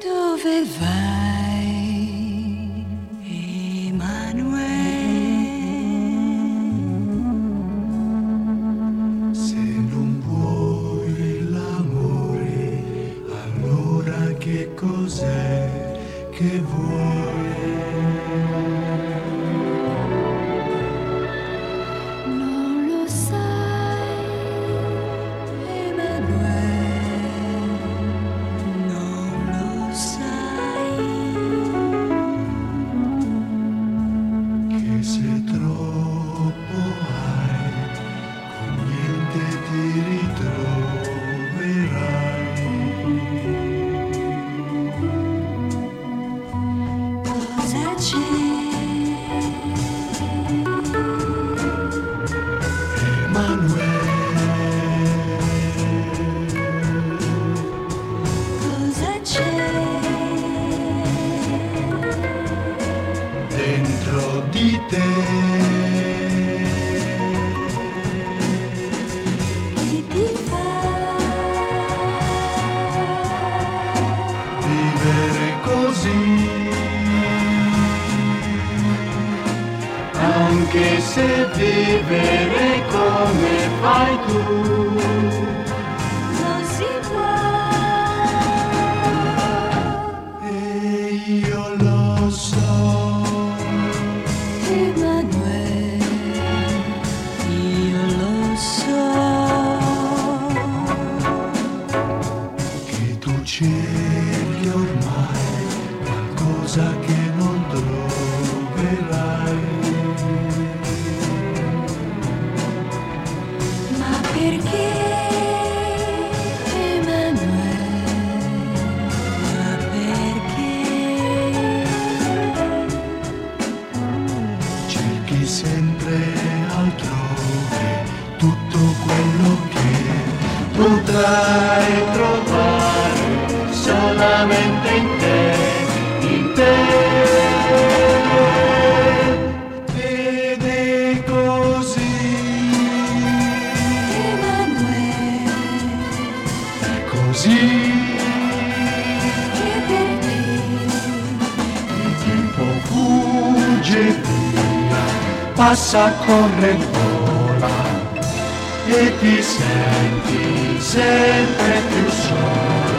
dove vai, Emanuele? Se non vuoi l'amore, allora che cos'è che vuoi? Non lo sai, Emanuele, non lo sai. Che se troppo hai, con niente ti ritroverai. Cosa c'è? Emanuele. Cosa c'è? dentro di te. Che ti fa? Vivere così, anche se vivere come fai tu, Non si può. e io lo so. Emanuele, io lo so. che tu cerchi ormai qualcosa che non troverai. Ma perché, Emanuele? Ma perché? Cerchi sempre altrove tutto quello che potrai trovare solamente in te, in te. Ed è così. Emanuele, È così. che per te Il tempo fugge via, passa, corre e vola e ti senti sempre più sola.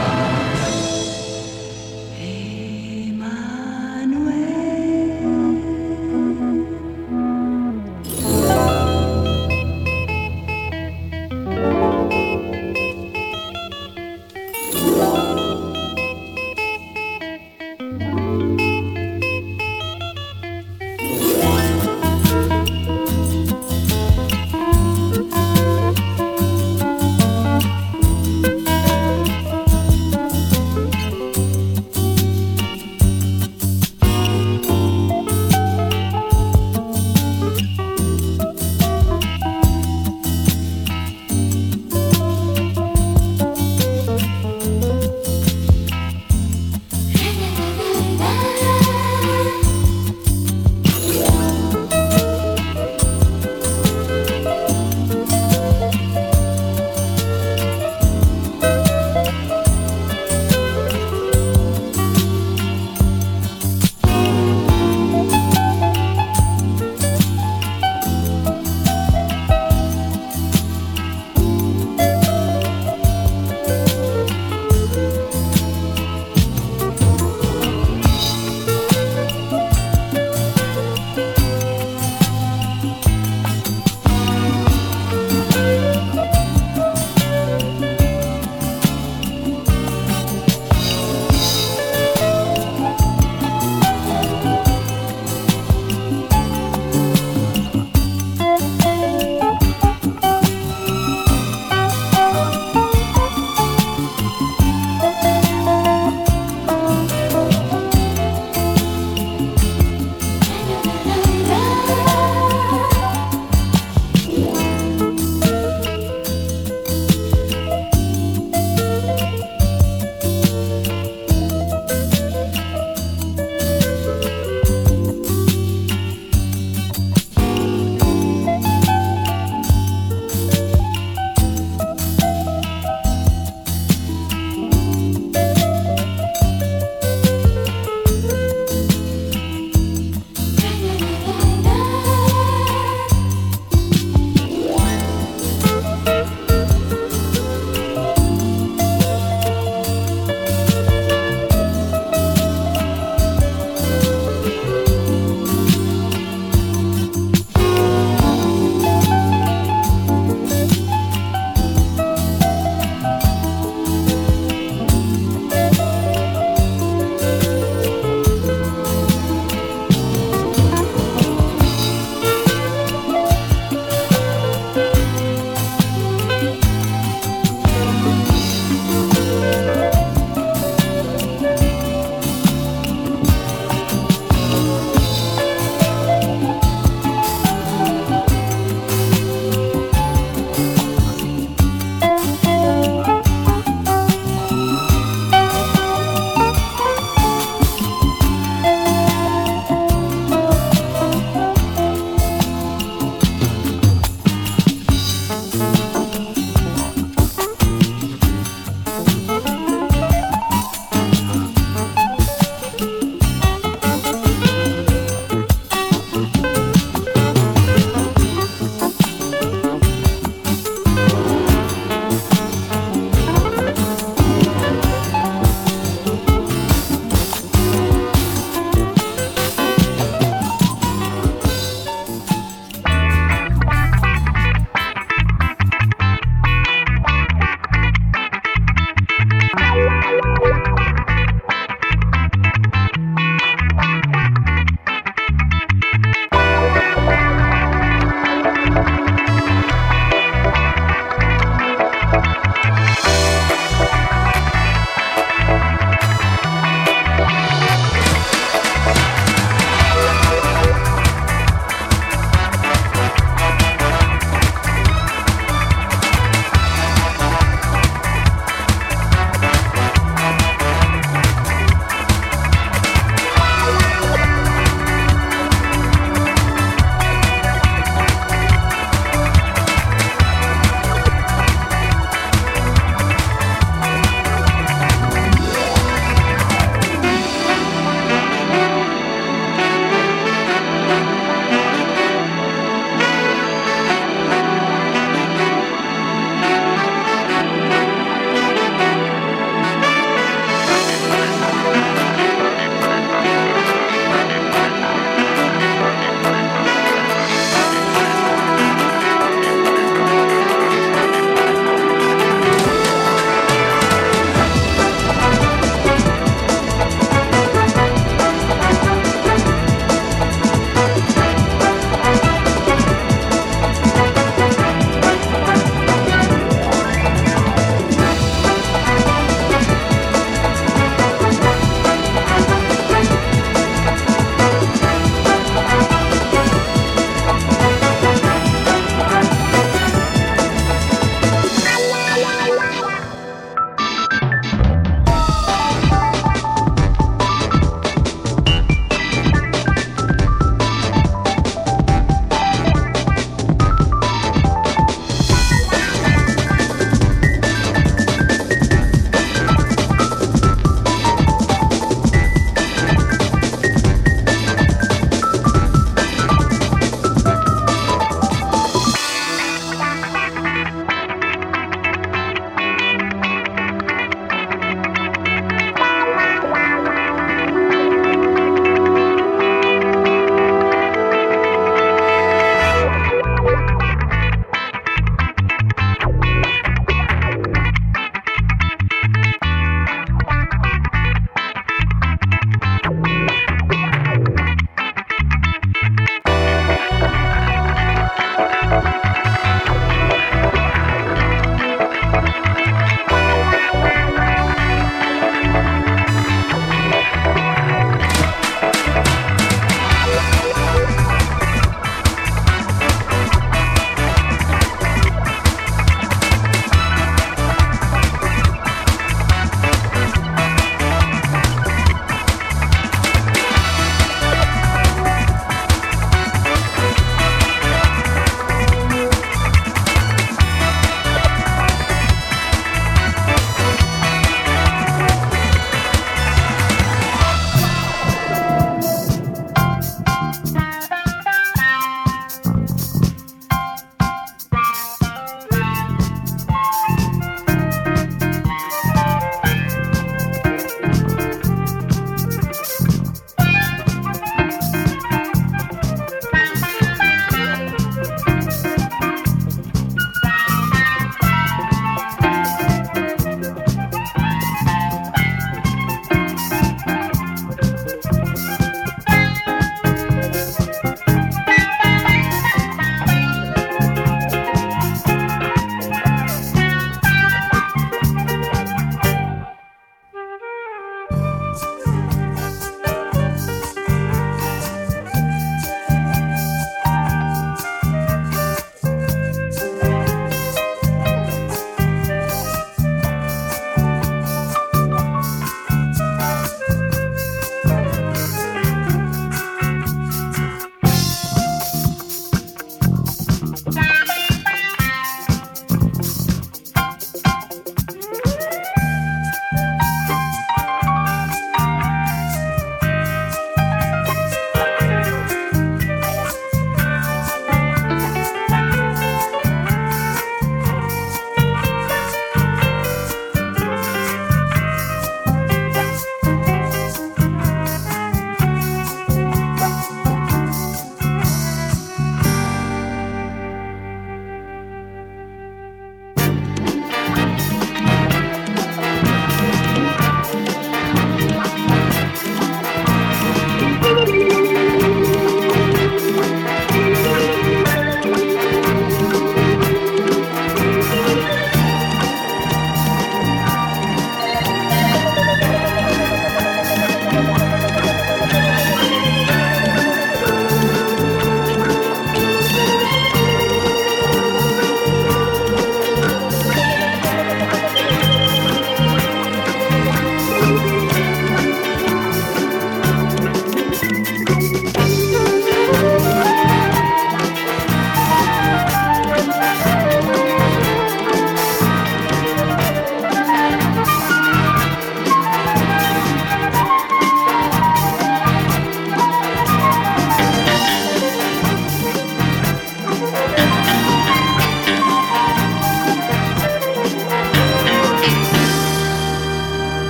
Emanuele. E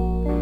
Thank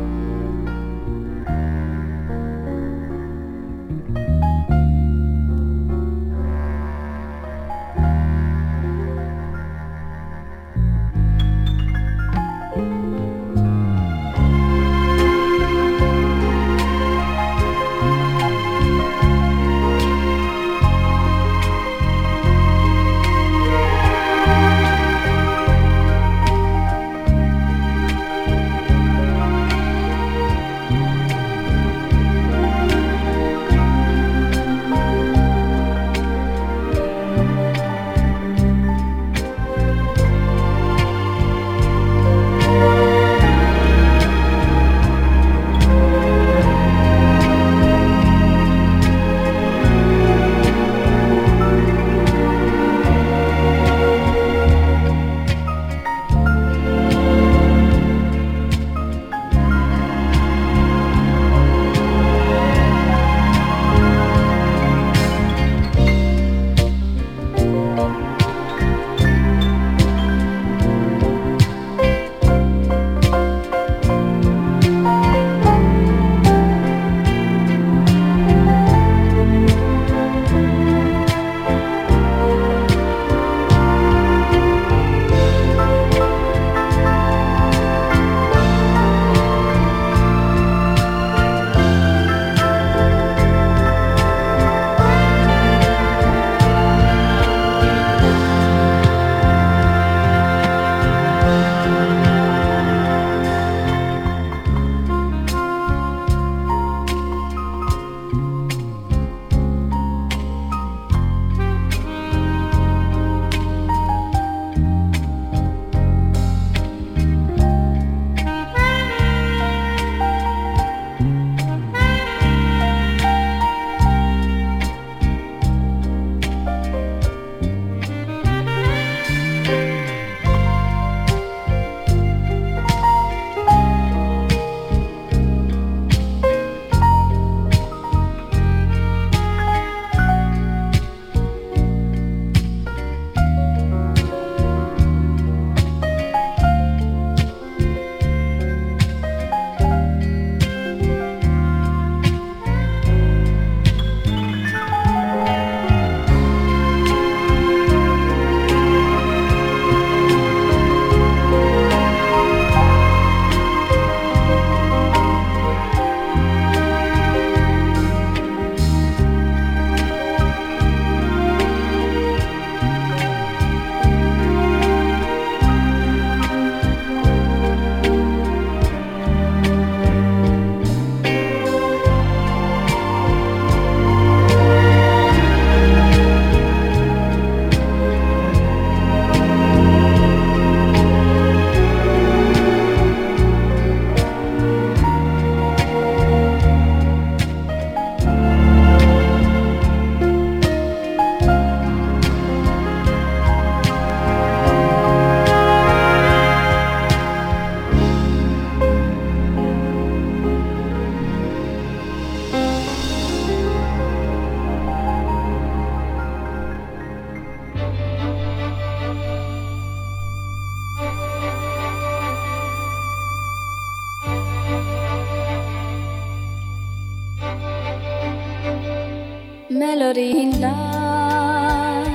melody in love.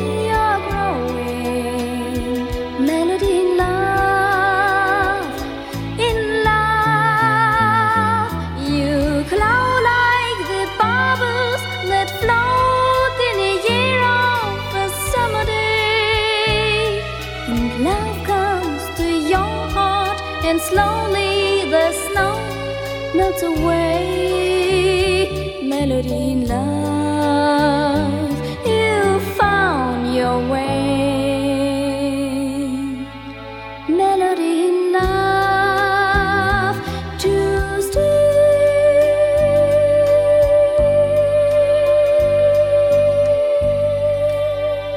We are growing. Melody in love. In love, you glow like the bubbles that float in the air of a summer day. And love comes to your heart, and slowly the snow melts away. Melody in love, you found your way melody enough to stay.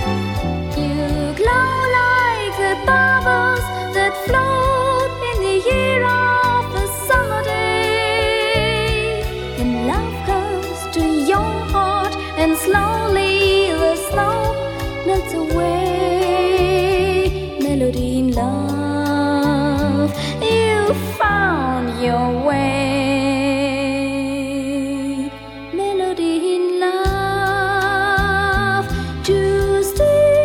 You glow like the bubbles that float in the air of a summer day. And love comes to your heart, and slowly the snow melts away. Melody in love, you found your way. Melody in love to stay.